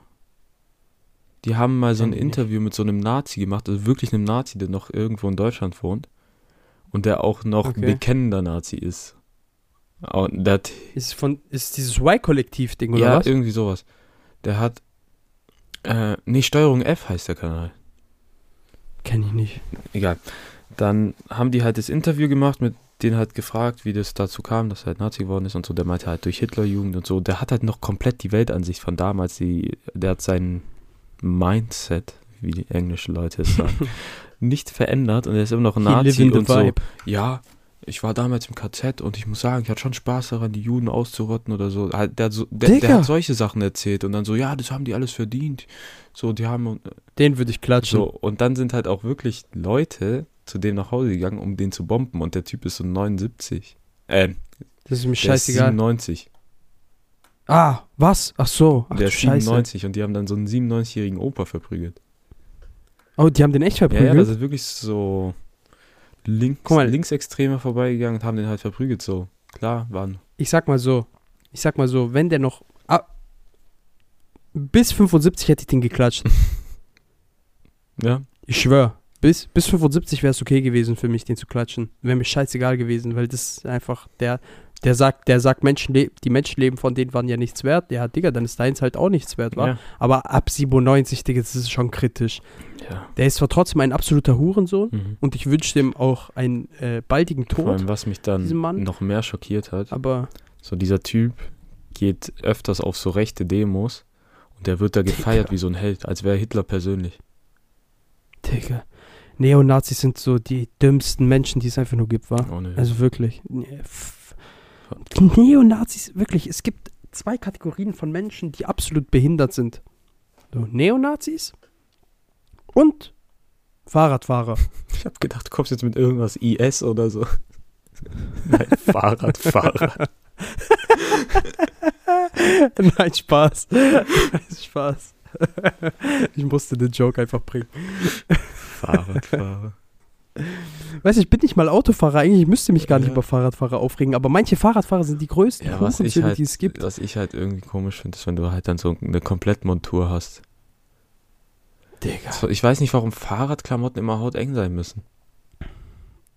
Die haben mal so ein Kenn ich nicht. Interview mit so einem Nazi gemacht, also wirklich einem Nazi, der noch irgendwo in Deutschland wohnt. Und der auch noch Okay. bekennender Nazi ist. Und der hat Ist von ist dieses Y-Kollektiv-Ding oder ja, äh, was? irgendwie sowas. Der hat. Äh, nee, Steuerung F heißt der Kanal. Kenne ich nicht. Egal. Dann haben die halt das Interview gemacht, mit denen halt gefragt, wie das dazu kam, dass er halt Nazi geworden ist und so. Der meinte halt durch Hitlerjugend und so. Der hat halt noch komplett die Weltansicht von damals. Die, der hat sein Mindset, wie die englischen Leute es sagen, nicht verändert und er ist immer noch ein He live Nazi in the und so. vibe. ja, ich war damals im KZ und ich muss sagen, ich hatte schon Spaß daran, die Juden auszurotten oder so. Halt, Der, hat so der, der Digga. hat solche Sachen erzählt und dann so, ja, das haben die alles verdient. So, die haben. Den würde ich klatschen. So, und dann sind halt auch wirklich Leute zu dem nach Hause gegangen, um den zu bomben und der Typ ist so 79. Äh, Das ist mir der ist scheißegal. 97. Ah, was? Ach so. Ach, der du ist Scheiße. 97 und die haben dann so einen 97-jährigen Opa verprügelt. Oh, die haben den echt Ja, verprügelt? ja, das ist wirklich so links, Guck mal. Linksextreme vorbeigegangen und haben den halt verprügelt. So, klar, waren. ich sag mal so, ich sag mal so, wenn der noch ab, bis 75 hätte ich den geklatscht. Ja, Ich schwör. Bis, bis 75 wäre es okay gewesen für mich, den zu klatschen. Wäre mir scheißegal gewesen, weil das ist einfach der, der sagt, der sagt, Menschenle die Menschenleben von denen waren ja nichts wert. Ja, Digga, dann ist deins halt auch nichts wert, wa? ja. Aber ab 97, Digga, das ist schon kritisch. ja. Der ist zwar trotzdem ein absoluter Hurensohn Mhm. und ich wünsche dem auch einen äh, baldigen Vor Tod, allem, was mich diesem Mann. dann noch mehr schockiert hat, aber So dieser Typ geht öfters auf so rechte Demos und der wird da gefeiert Digga. wie so ein Held, als wäre Hitler persönlich. Digga, Neonazis sind so die dümmsten Menschen, die es einfach nur gibt, wa? Ohne Also wirklich. Nee, pff. Neonazis, wirklich. Es gibt zwei Kategorien von Menschen, die absolut behindert sind. So, Neonazis und Fahrradfahrer. ich habe gedacht, du kommst jetzt mit irgendwas IS oder so. Nein, Fahrradfahrer. Nein, Spaß. Spaß. Ich musste den Joke einfach bringen. Fahrradfahrer. Weißt du, ich bin nicht mal Autofahrer. Eigentlich müsste ich mich gar nicht Ja. über Fahrradfahrer aufregen, aber manche Fahrradfahrer sind die größten Ja, was ich, Hurensöhne, halt, die es gibt. was ich halt irgendwie komisch finde, ist, wenn du halt dann so eine Komplettmontur hast. Digga. So, Ich weiß nicht, warum Fahrradklamotten immer hauteng sein müssen.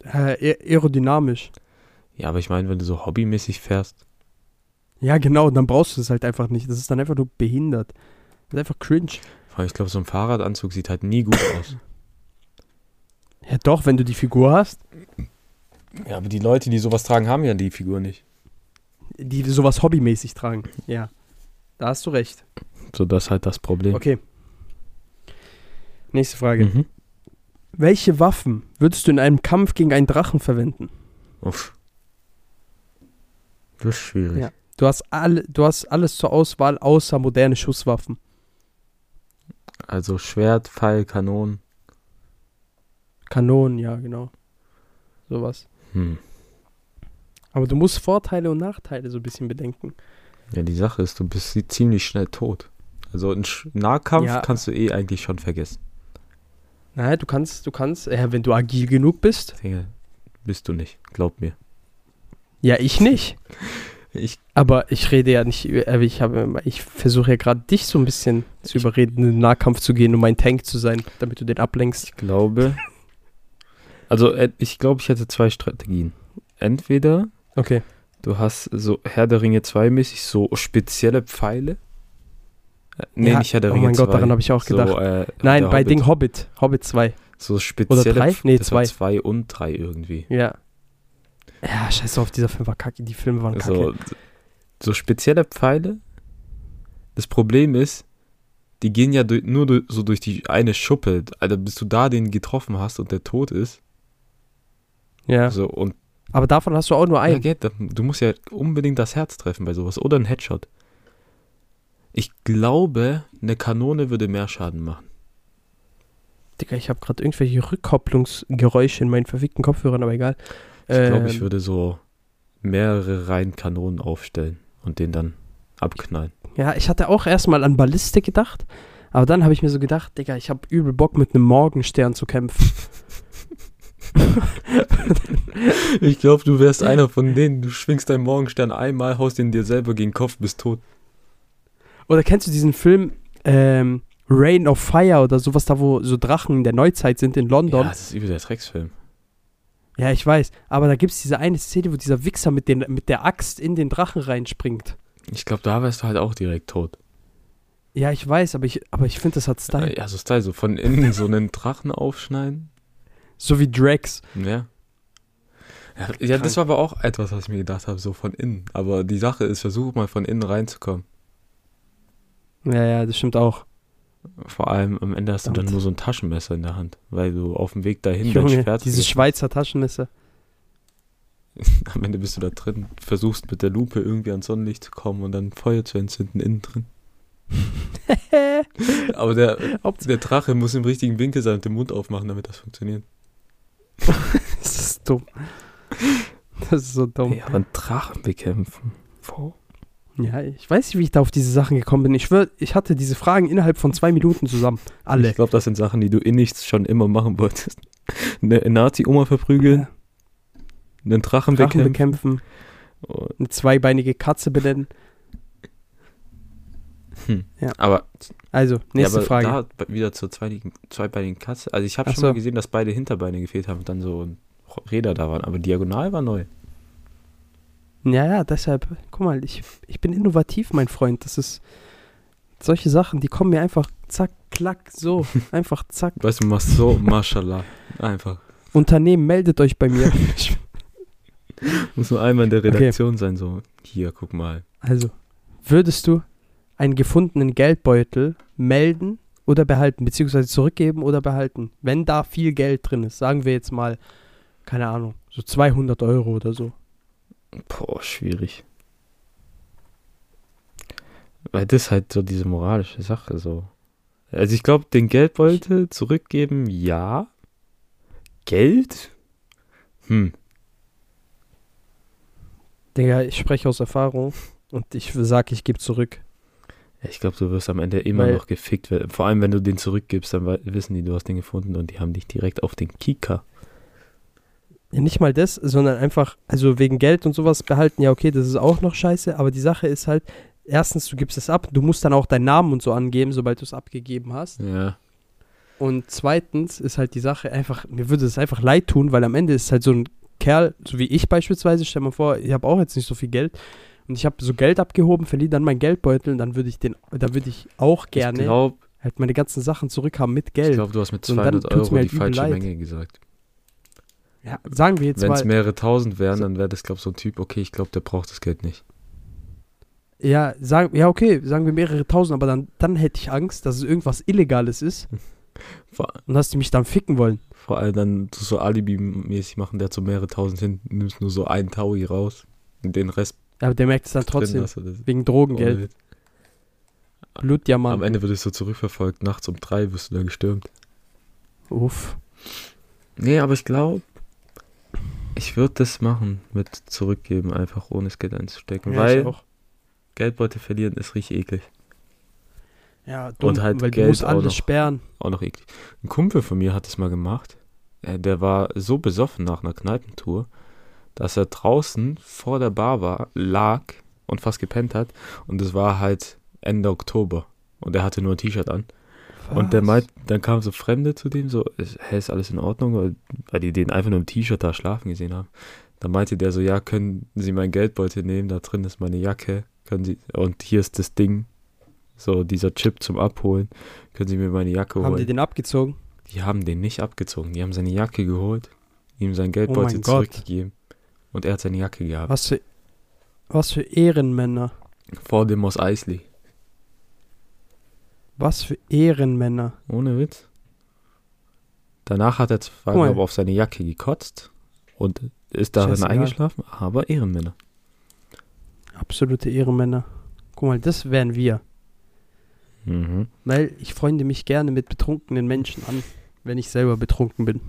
Äh, aer- aerodynamisch. Ja, aber ich meine, wenn du so hobbymäßig fährst. Ja, genau, dann brauchst du es halt einfach nicht. Das ist dann einfach nur behindert. Das ist einfach cringe. Vor allem, Ich glaube, so ein Fahrradanzug sieht halt nie gut aus. Ja, doch, wenn du die Figur hast, ja, aber die Leute, die sowas tragen, haben ja die Figur nicht. die sowas hobbymäßig tragen. Ja, da hast du recht. So, das ist halt das Problem. Okay. Nächste Frage. Mhm. Welche Waffen würdest du in einem Kampf gegen einen Drachen verwenden? Uff. Das ist schwierig. Ja. Du hast, alle, du hast alles zur Auswahl außer moderne Schusswaffen. Also Schwert, Pfeil, Kanonen. Kanonen, ja, genau. Sowas. Hm. Aber du musst Vorteile und Nachteile so ein bisschen bedenken. Ja, die Sache ist, du bist sie- ziemlich schnell tot. Also einen Sch- Nahkampf Ja. kannst du eh eigentlich schon vergessen. Naja, du kannst, du kannst, äh, wenn du agil genug bist. Dinge bist du nicht, glaub mir. Ja, ich nicht. Ich, Aber ich rede ja nicht, über- aber ich habe, ich versuche ja gerade dich so ein bisschen zu überreden, in den Nahkampf zu gehen, um ein Tank zu sein, damit du den ablenkst. ich glaube. also äh, ich glaube, ich hätte zwei Strategien. Entweder Okay. du hast so Herr der Ringe 2 mäßig so spezielle Pfeile. Äh, nee, Ja, nicht Herr der oh Ringe mein 2. Gott, daran habe ich auch gedacht. So, äh, Nein, der bei Hobbit. Ding Hobbit, Hobbit 2. So spezielle. drei? Pf- Nee, das war zwei. zwei und drei irgendwie. Ja. Ja, scheiß auf, dieser Film war kacke, die Filme waren kacke. So, so spezielle Pfeile. Das Problem ist, die gehen ja durch, nur durch, so durch die eine Schuppe. Alter, bis du da den getroffen hast und der tot ist. Ja. So, und Aber davon hast du auch nur Ah, ja, einen. geht, du musst ja unbedingt das Herz treffen bei sowas. Oder ein Headshot. Ich glaube, eine Kanone würde mehr Schaden machen. Digga, ich habe gerade irgendwelche Rückkopplungsgeräusche in meinen verfickten Kopfhörern, aber egal. Ich glaube, ich Ähm, würde so mehrere Reihen Kanonen aufstellen und den dann abknallen. Ja, ich hatte auch erstmal an Ballistik gedacht, aber dann habe ich mir so gedacht, Digga, ich habe übel Bock mit einem Morgenstern zu kämpfen. Ich glaube, du wärst einer von denen. Du schwingst deinen Morgenstern einmal, haust ihn dir selber gegen den Kopf, bist tot. Oder kennst du diesen Film ähm, Rain of Fire oder sowas da, wo so Drachen in der Neuzeit sind in Ja, London? das ist übel der Drecksfilm. Ja, ich weiß, aber da gibt es diese eine Szene, wo dieser Wichser mit, den, mit der Axt in den Drachen reinspringt. Ich glaube, da wärst du halt auch direkt tot. Ja, ich weiß, aber ich, aber ich finde, das hat Style. Äh, Ja, so also, Style, so von innen so einen Drachen aufschneiden. So wie Drax. Ja. Ja, ja das war aber auch etwas, was ich mir gedacht habe, so von innen. Aber die Sache ist, versuch mal von innen reinzukommen. Ja, ja, das stimmt auch. Vor allem am Ende hast du Verdammt. dann nur so ein Taschenmesser in der Hand, weil du auf dem Weg dahin dein Junge, Schwert diese Schweizer Taschenmesser. am Ende bist du da drin, versuchst mit der Lupe irgendwie ans Sonnenlicht zu kommen und dann Feuer zu entzünden innen drin. Aber der, Hauptsache, der Drache muss im richtigen Winkel sein und den Mund aufmachen, damit das funktioniert. das ist dumm. Das ist so dumm. Ja, einen Drachen bekämpfen. Ja, ich weiß nicht, wie ich da auf diese Sachen gekommen bin. Ich schwör, ich hatte diese Fragen innerhalb von zwei Minuten zusammen. Alle. Ich glaube, das sind Sachen, die du innigst schon immer machen wolltest. Eine Nazi-Oma verprügeln, einen Drachen, Drachen bekämpfen, bekämpfen. und- eine zweibeinige Katze benennen. Aber, Also, nächste ja, aber Frage. da b- wieder zur zweitigen- zweibeinigen Katze. Also ich habe Ach schon mal so. gesehen, dass beide Hinterbeine gefehlt haben und dann so Räder da waren. Aber diagonal war neu. Ja, ja, deshalb, guck mal, ich, ich bin innovativ, mein Freund. Das ist solche Sachen, die kommen mir einfach zack, klack, so. Einfach zack. Weißt du, du machst so, mashallah. Einfach. Unternehmen, meldet euch bei mir. Muss nur einmal in der Okay. Redaktion sein, so, hier, guck mal. Also, würdest du einen gefundenen Geldbeutel melden oder behalten, beziehungsweise zurückgeben oder behalten, wenn da viel Geld drin ist? Sagen wir jetzt mal, keine Ahnung, so 200 Euro oder so. Boah, schwierig. Weil das ist halt so diese moralische Sache so. Also ich glaube, den Geldbeutel zurückgeben, ja. Geld? Hm. Digga, ich spreche aus Erfahrung und ich sage, ich gebe zurück. Ja, Ich glaube, du wirst am Ende immer Weil- noch gefickt. werden. Vor allem, wenn du den zurückgibst, dann wei- wissen die, du hast den gefunden und die haben dich direkt auf den Kika. Ja, nicht mal das, sondern einfach, also wegen Geld und sowas behalten, ja, okay, das ist auch noch scheiße, aber die Sache ist halt, erstens, du gibst es ab, du musst dann auch deinen Namen und so angeben, sobald du es abgegeben hast. Ja. Und zweitens ist halt die Sache einfach, mir würde es einfach leid tun, weil am Ende ist halt so ein Kerl, so wie ich beispielsweise, stell mal vor, ich habe auch jetzt nicht so viel Geld und ich habe so Geld abgehoben, verliere dann meinen Geldbeutel und dann würde ich den, dann würde ich auch gerne Ich glaube, halt meine ganzen Sachen zurückhaben mit Geld. glaub, du hast mit Und dann 200 tut's Euro mir halt die übel falsche leid. Menge gesagt. ja, sagen wir jetzt Wenn es mal, mehrere tausend wären, So- dann wäre das, glaube ich, so ein Typ, okay, ich glaube, der braucht das Geld nicht. ja, sagen, ja, okay, sagen wir mehrere tausend, aber dann, dann hätte ich Angst, dass es irgendwas Illegales ist Hm. Vor, und dass die mich dann ficken wollen. vor allem dann so Alibi-mäßig machen, der hat so mehrere tausend hin, nimmst nur so einen Taui raus und den Rest Ja, aber der merkt es dann drin trotzdem, hast. Oder so. wegen Drogengeld, Blutdiamant. Am Ende würdest du zurückverfolgt, nachts um drei wirst du da gestürmt. Uff. Nee, aber ich glaube, ich würde das machen mit zurückgeben, einfach ohne das Geld einzustecken. Ja, ich weil auch. Geldbeutel verlieren ist richtig eklig. Ja, dumm, Und halt weil Geld du musst auch alles noch. sperren. Auch noch eklig. Ein Kumpel von mir hat das mal gemacht. Äh, Der war so besoffen nach einer Kneipentour, dass er draußen vor der Bar war, lag und fast gepennt hat. Und es war halt Ende Oktober. Und er hatte nur ein T-Shirt an. Und der Was? meint, dann kamen so Fremde zu dem, so, ist, hä, ist alles in Ordnung? Weil- Weil die den einfach nur im T-Shirt da schlafen gesehen haben. Dann meinte der so, ja, können Sie mein Geldbeutel nehmen, da drin ist meine Jacke, können Sie, und hier ist das Ding, so dieser Chip zum Abholen, können Sie mir meine Jacke Haben die holen. Die, den abgezogen? haben den nicht abgezogen, die haben seine Jacke geholt, ihm sein Geldbeutel Oh mein Gott. zurückgegeben und er hat seine Jacke gehabt. Was für, was für Ehrenmänner. Vor dem Mos Eisley. Was für Ehrenmänner. Ohne Witz. Danach hat er Guck mal. zweimal aber auf seine Jacke gekotzt und ist darin Scheißegal. eingeschlafen, aber Ehrenmänner. Absolute Ehrenmänner. Guck mal, das wären wir. Mhm. Weil ich freunde mich gerne mit betrunkenen Menschen an, wenn ich selber betrunken bin.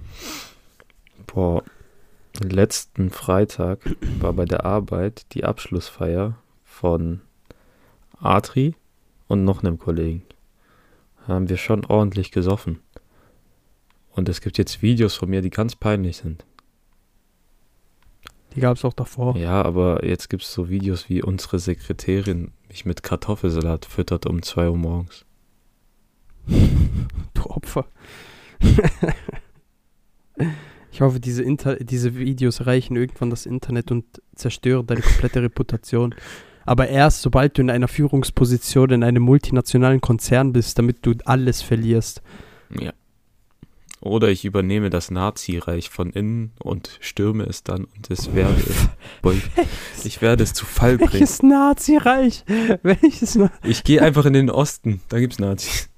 Boah, letzten Freitag war bei der Arbeit die Abschlussfeier von Adri und noch einem Kollegen. Haben wir schon ordentlich gesoffen. Und es gibt jetzt Videos von mir, die ganz peinlich sind. Die gab es auch davor. Ja, aber jetzt gibt es so Videos, wie unsere Sekretärin mich mit Kartoffelsalat füttert um 2 Uhr morgens. Du Opfer. ich hoffe, diese, Inter diese Videos reichen irgendwann das Internet und zerstören deine komplette Reputation. Aber erst, sobald du in einer Führungsposition in einem multinationalen Konzern bist, damit du alles verlierst. Ja. Oder ich übernehme das Nazireich von innen und stürme es dann und es werde es. Boy, ich werde es zu Fall bringen. Welches Nazireich? Welches Na Ich gehe einfach in den Osten, da gibt's Nazis.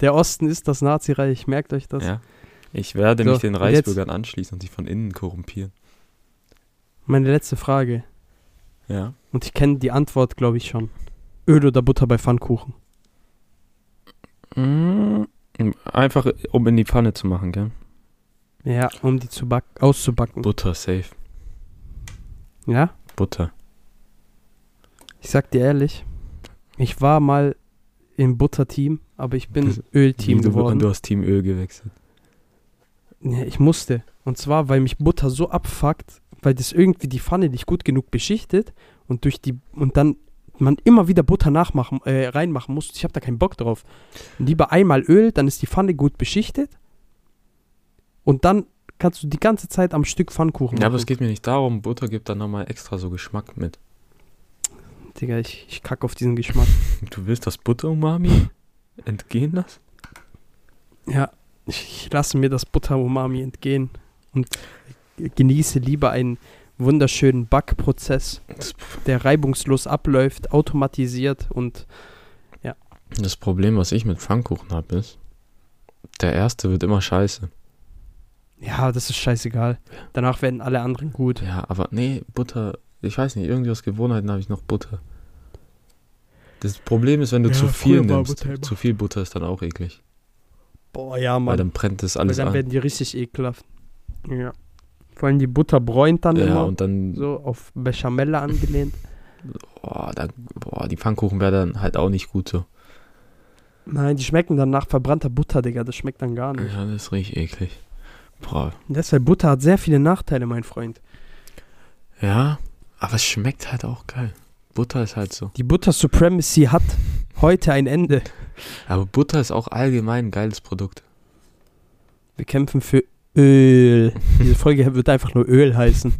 Der Osten ist das Nazireich, merkt euch das. Ja. Ich werde So, mich den und jetzt- Reichsbürgern anschließen und sie von innen korrumpieren. Meine letzte Frage. Ja. Und ich kenne die Antwort, glaube ich, schon. Öl oder Butter bei Pfannkuchen? Mm, Einfach um in die Pfanne zu machen, gell? Ja, um die zu back auszubacken. Butter, safe. ja? Butter. Ich sag dir ehrlich, ich war mal im Butter-Team, aber ich bin Das- Öl-Team du, und geworden. du hast Team Öl gewechselt. Ja, ich musste. Und zwar, weil mich Butter so abfuckt, weil das irgendwie die Pfanne nicht gut genug beschichtet und durch die und dann man immer wieder Butter nachmachen, äh, reinmachen muss. Ich habe da keinen Bock drauf. Lieber einmal Öl, dann ist die Pfanne gut beschichtet und dann kannst du die ganze Zeit am Stück Pfannkuchen Ja, aber machen. es geht mir nicht darum, Butter gibt dann nochmal extra so Geschmack mit. Digga, ich, ich kack auf diesen Geschmack. Du willst das Butter-Umami entgehen lassen? Ja, ich, ich lasse mir das Butter-Umami entgehen und genieße lieber einen wunderschönen Backprozess, der reibungslos abläuft, automatisiert und Das Problem, was ich mit Pfannkuchen habe, ist, der erste wird immer scheiße. ja, das ist scheißegal. Danach werden alle anderen gut. Ja, aber nee, Butter, ich weiß nicht, irgendwie aus Gewohnheiten habe ich noch Butter. Das Problem ist, wenn du Ja, zu früher viel war nimmst, Butter immer- zu viel Butter ist dann auch eklig. Boah, ja, Weil Mann. dann brennt das Weil alles dann an. werden die richtig ekelhaft. Ja. Vor allem die Butter bräunt dann Ja, immer. und dann, so auf Bechamella angelehnt. boah, dann, boah, die Pfannkuchen wäre dann halt auch nicht gut so. Nein, die schmecken dann nach verbrannter Butter, Digga. Das schmeckt dann gar nicht. Ja, das riecht eklig. Boah. Deshalb, Butter hat sehr viele Nachteile, mein Freund. Ja, aber es schmeckt halt auch geil. Butter ist halt so. Die Butter-Supremacy hat heute ein Ende. Aber Butter ist auch allgemein ein geiles Produkt. Wir kämpfen für Öl. Diese Folge wird einfach nur Öl heißen.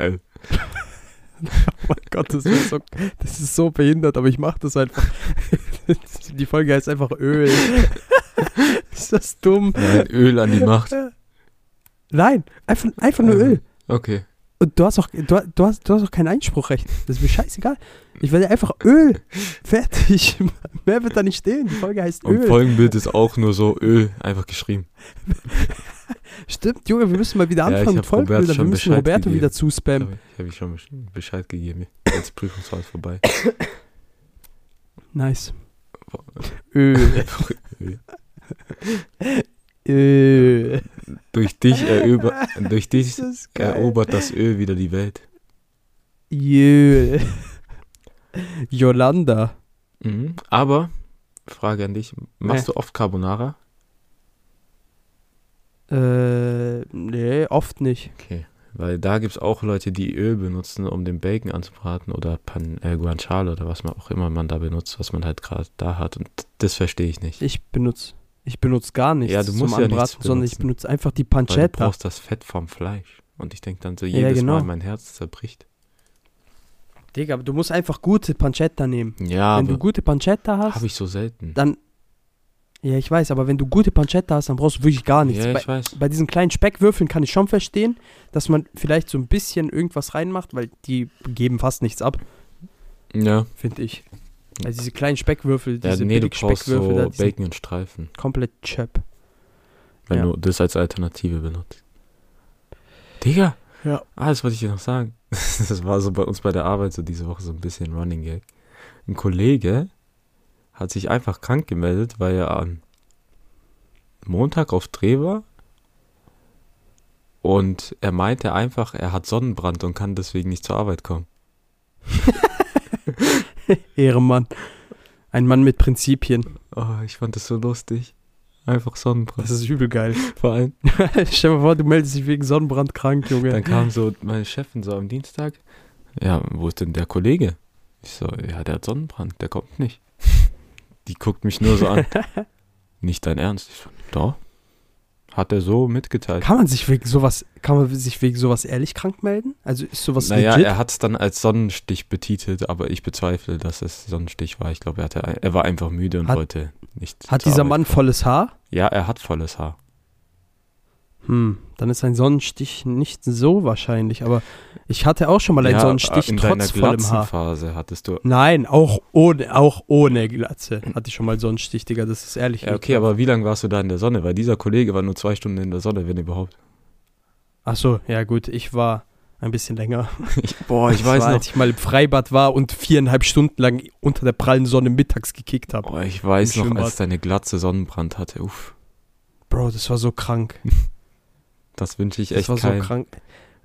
Öl. oh mein Gott, das ist, so, das ist so behindert, aber ich mache das einfach. Die Folge heißt einfach Öl. ist das dumm? Nein, Öl an die Macht. Nein, einfach, einfach nur Mhm. Öl. Okay. Und du hast auch, du, du hast, du hast auch kein Einspruchrecht. Das ist mir scheißegal. Ich werde einfach Öl. Fertig. Mehr wird da nicht stehen. Die Folge heißt Und Öl. Folgenbild ist auch nur so Öl einfach geschrieben. Stimmt, Junge, wir müssen mal wieder Ja, ich anfangen mit hab Robert Folgenbildern. Wir schon müssen Bescheid Roberto gegeben. wieder zuspammen. Habe ich, hab ich schon besch- Bescheid gegeben. Jetzt Prüfungsfall ist vorbei. Nice. Öl. Öl. Öl. durch dich, erüber, durch dich Das ist geil. erobert das Öl wieder die Welt. Jö. Yolanda. Mhm. Aber, Frage an dich, machst du oft Carbonara? Äh, nee, oft nicht. Okay. Weil da gibt es auch Leute, die Öl benutzen, um den Bacon anzubraten oder Pan äh, Guanciale oder was man auch immer man da benutzt, was man halt gerade da hat. Und das verstehe ich nicht. Ich benutze ich benutze gar nichts Ja, du musst zum ja nichts Anbraten, sondern ich benutzen. benutze einfach die Weil du Pancetta. brauchst das Fett vom Fleisch. Und ich denke dann so Ja, jedes genau. Mal, mein Herz zerbricht. Digga, aber du musst einfach gute Pancetta nehmen. Ja, wenn du aber gute Pancetta hast, habe ich so selten. dann... Ja, ich weiß, aber wenn du gute Pancetta hast, dann brauchst du wirklich gar nichts. ja, Bei- ich weiß. bei diesen kleinen Speckwürfeln kann ich schon verstehen, dass man vielleicht so ein bisschen irgendwas reinmacht, weil die geben fast nichts ab, Ja, finde ich. Bacon. Also diese kleinen Speckwürfel, ja, diese nee, du billig brauchst Speckwürfel da, so die sind Bacon und Streifen, komplett chöp. wenn Ja. du das als Alternative benutzt. Digga! Ja. Ah, das wollte ich dir noch sagen. Das war so bei uns bei der Arbeit so diese Woche so ein bisschen Running Gag. Ein Kollege hat sich einfach krank gemeldet, weil er am Montag auf Dreh war. Und er meinte einfach, er hat Sonnenbrand und kann deswegen nicht zur Arbeit kommen. Ehrenmann. Ein Mann mit Prinzipien. Oh, ich fand das so lustig. Einfach Sonnenbrand. Das ist übel geil. Vor allem, Stell dir mal vor, du meldest dich wegen Sonnenbrand krank, Junge. dann kam so meine Chefin so am Dienstag. Ja, wo ist denn der Kollege? Ich so, ja, der hat Sonnenbrand, der kommt nicht. Die guckt mich nur so an. nicht dein Ernst? Ich so, doch. Hat er so mitgeteilt. Kann man sich wegen sowas, kann man sich wegen sowas ehrlich krank melden? Also ist sowas naja, legit? er hat es dann als Sonnenstich betitelt, aber ich bezweifle, dass es Sonnenstich war. Ich glaube, er, hatte, ein- er war einfach müde und Hat- wollte nicht. Hat zur dieser Arbeit. Mann volles Haar? Ja, er hat volles Haar. Hm, dann ist ein Sonnenstich nicht so wahrscheinlich, aber ich hatte auch schon mal einen ja, Sonnenstich in trotz deiner vollem Haar. Phase hattest du Nein, auch ohne, auch ohne Glatze hatte ich schon mal Sonnenstich, Digga, das ist ehrlich. Ja, okay, aber wie lange warst du da in der Sonne? Weil dieser Kollege war nur zwei Stunden in der Sonne, wenn überhaupt. Ach so, ja gut, ich war ein bisschen länger. boah, ich Das weiß war, noch. Als ich mal im Freibad war und viereinhalb Stunden lang unter der prallen Sonne mittags gekickt habe. Oh, Im ich weiß noch, als Schwimmbad. deine Glatze Sonnenbrand hatte. Uff, Bro, das war so krank. das wünsche ich Das echt war so keinem. krank.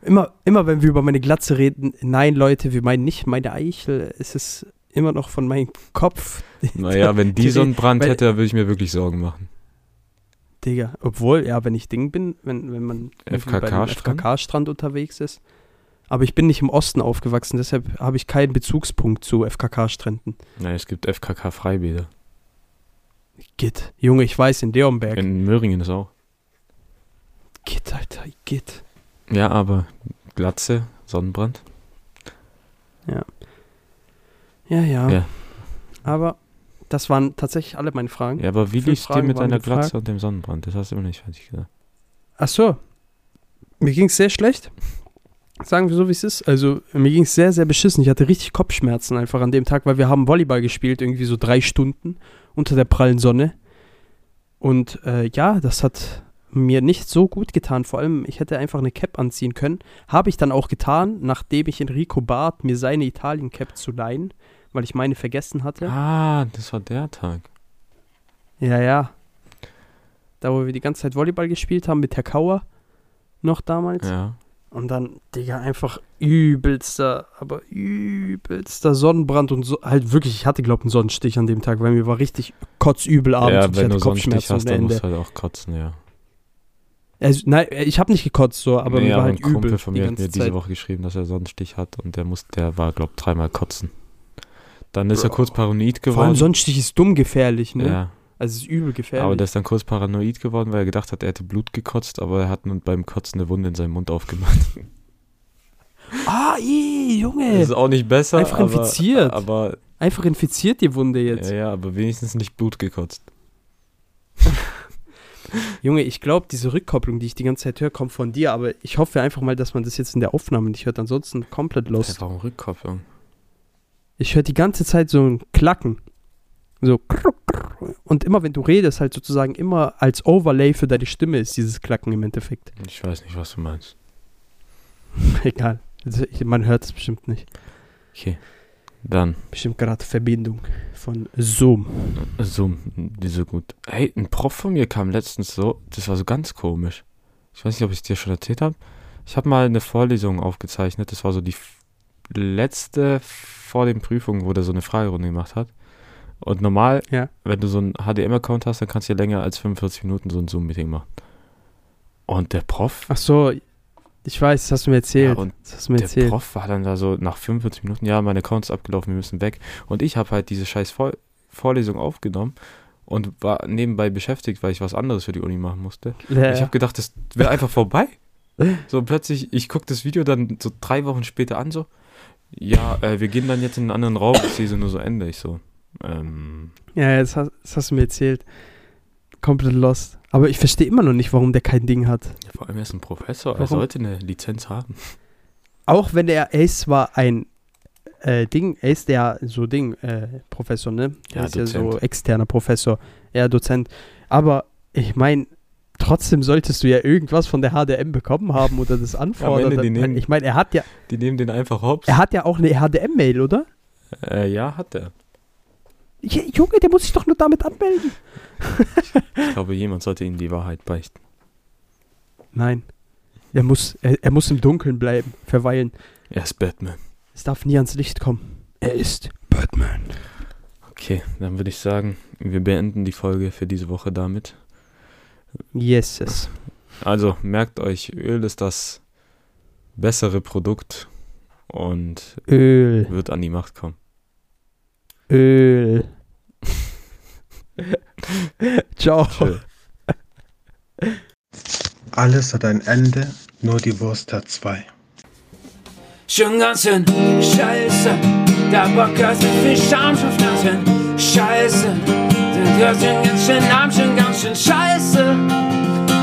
Immer, immer wenn wir über meine Glatze reden, nein, Leute, wir meinen nicht meine Eichel. Es ist immer noch von meinem Kopf, Naja, wenn die Die- Sonnenbrand weil- hätte, dann würde ich mir wirklich Sorgen machen. Digga. Obwohl, ja, wenn ich Ding bin, wenn, wenn man FKK -Strand? FKK-Strand unterwegs ist. Aber ich bin nicht im Osten aufgewachsen, deshalb habe ich keinen Bezugspunkt zu FKK-Stränden. Naja, es gibt FKK-Freibäder. Git. Junge, ich weiß, in Deonberg. In Möhringen ist auch. Git, Alter, Git. Ja, aber Glatze, Sonnenbrand. Ja, ja. Ja. Aber das waren tatsächlich alle meine Fragen. Ja, aber wie Viele lief's dir Fragen mit waren deiner gefragt. Glatze und dem Sonnenbrand? Das hast du immer nicht fertig gesagt. Ach so. Mir ging es sehr schlecht. Sagen wir so, wie es ist. Also, mir ging es sehr, sehr beschissen. Ich hatte richtig Kopfschmerzen einfach an dem Tag, weil wir haben Volleyball gespielt, irgendwie so drei Stunden unter der prallen Sonne. Und äh, ja, das hat mir nicht so gut getan. Vor allem, ich hätte einfach eine Cap anziehen können. Habe ich dann auch getan, nachdem ich Enrico bat, mir seine Italien-Cap zu leihen, weil ich meine vergessen hatte. Ah, das war der Tag. Ja, ja. Da, wo wir die ganze Zeit Volleyball gespielt haben mit Herr Kauer noch damals. Ja. Und dann, Digga, einfach übelster, aber übelster Sonnenbrand und so. Halt wirklich, ich hatte, glaube ich, einen Sonnenstich an dem Tag, weil mir war richtig kotzübel abends. Ja, und wenn ich du hatte Sonnenstich Kopfschmerzen hast, ohne dann Ende. musst du halt auch kotzen, ja. Also, nein, ich habe nicht gekotzt so, aber Nee, mir war halt ein Kumpel übel von die mir hat mir ganze diese Zeit. Woche geschrieben, dass er Sonnenstich hat und der muss, der war, glaub, dreimal kotzen. Dann ist er Bro. kurz paranoid Vor allem geworden. Sonnenstich ist dumm gefährlich, ne? ja, Also, es ist übel gefährlich. aber der ist dann kurz paranoid geworden, weil er gedacht hat, er hätte Blut gekotzt, aber er hat nun beim Kotzen eine Wunde in seinem Mund aufgemacht. ah, ih, Junge! Das ist auch nicht besser. Einfach aber, infiziert. Aber, Einfach infiziert die Wunde jetzt. ja, ja, aber wenigstens nicht Blut gekotzt. Junge, ich glaube, diese Rückkopplung, die ich die ganze Zeit höre, kommt von dir, aber ich hoffe einfach mal, dass man das jetzt in der Aufnahme nicht hört, ansonsten komplett Hä, los. warum Rückkopplung? Ich höre die ganze Zeit so ein Klacken. So krr, krr. und immer wenn du redest, halt sozusagen immer als Overlay für deine Stimme ist dieses Klacken im Endeffekt. Ich weiß nicht, was du meinst. Egal. Also, ich- Man hört es bestimmt nicht. Okay. Dann Bestimmt gerade Verbindung von Zoom. Zoom, die so gut. Hey, ein Prof von mir kam letztens so, das war so ganz komisch. Ich weiß nicht, ob ich es dir schon erzählt habe. Ich habe mal eine Vorlesung aufgezeichnet, das war so die f- letzte vor den Prüfungen, wo der so eine Fragerunde gemacht hat. Und normal, Ja. wenn du so einen HDM-Account hast, dann kannst du ja länger als 45 Minuten so ein Zoom-Meeting machen. Und der Prof, Ach so, ich weiß, das hast du mir ja, erzählt. und das hast du mir der erzählt. Prof war dann da so nach 45 Minuten, ja, mein Account ist abgelaufen, wir müssen weg. Und ich habe halt diese scheiß Vor Vorlesung aufgenommen und war nebenbei beschäftigt, weil ich was anderes für die Uni machen musste. Ja, Ich habe gedacht, das wäre einfach vorbei. So plötzlich, ich gucke das Video dann so drei Wochen später an, so, ja, äh, wir gehen dann jetzt in einen anderen Raum, ich sehe so nur so Ende. Ich so, ähm, ja, ja, das hast, das hast du mir erzählt. Komplett lost. Aber ich verstehe immer noch nicht, warum der kein Ding hat. ja, vor allem er ist ein Professor, er Warum? sollte eine Lizenz haben. Auch wenn er, er ist zwar ein äh, Ding, er ist ja so Ding, äh, Professor, ne? Er Ja, ist ja Dozent. so externer Professor, ja, Dozent. Aber ich meine, trotzdem solltest du ja irgendwas von der HDM bekommen haben oder das anfordern. die nehmen- ich meine, er hat ja, Die nehmen den einfach hops. er hat ja auch eine HDM-Mail, oder? Äh, ja, hat er. J- Junge, der muss sich doch nur damit anmelden. Ich glaube, jemand sollte ihm die Wahrheit beichten. Nein. Er muss, er, er muss im Dunkeln bleiben, verweilen. Er ist Batman. Es darf nie ans Licht kommen. Er ist Batman. Okay, dann würde ich sagen, wir beenden die Folge für diese Woche damit. Yes, yes. Also merkt euch, Öl ist das bessere Produkt und Öl, wird an die Macht kommen. Öl. Ciao. Tschö. Alles hat ein Ende, nur die Wurst hat zwei. Schon ganz schön scheiße, der Bock hat sich viel Scham, schon ganz schön scheiße. Den hört schon ganz schön Namen, schon ganz schön scheiße.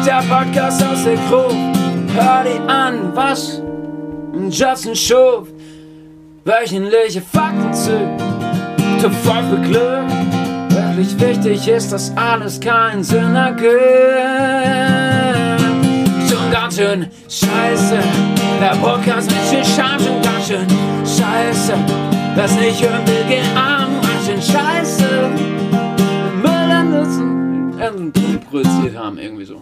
Der Podcast aus der Crew, hör dir an, was Justin Schuf wöchentliche Fakten zu. Zum Volk für Glück, wirklich wichtig ist, dass alles keinen Sinn ergibt. Schon ganz schön scheiße. Der Podcast mit viel Scham schon ganz schön scheiße. Was nicht hören will, geh arm, ganz schön scheiße. Müll an Nutzen, äh, produziert haben, irgendwie so.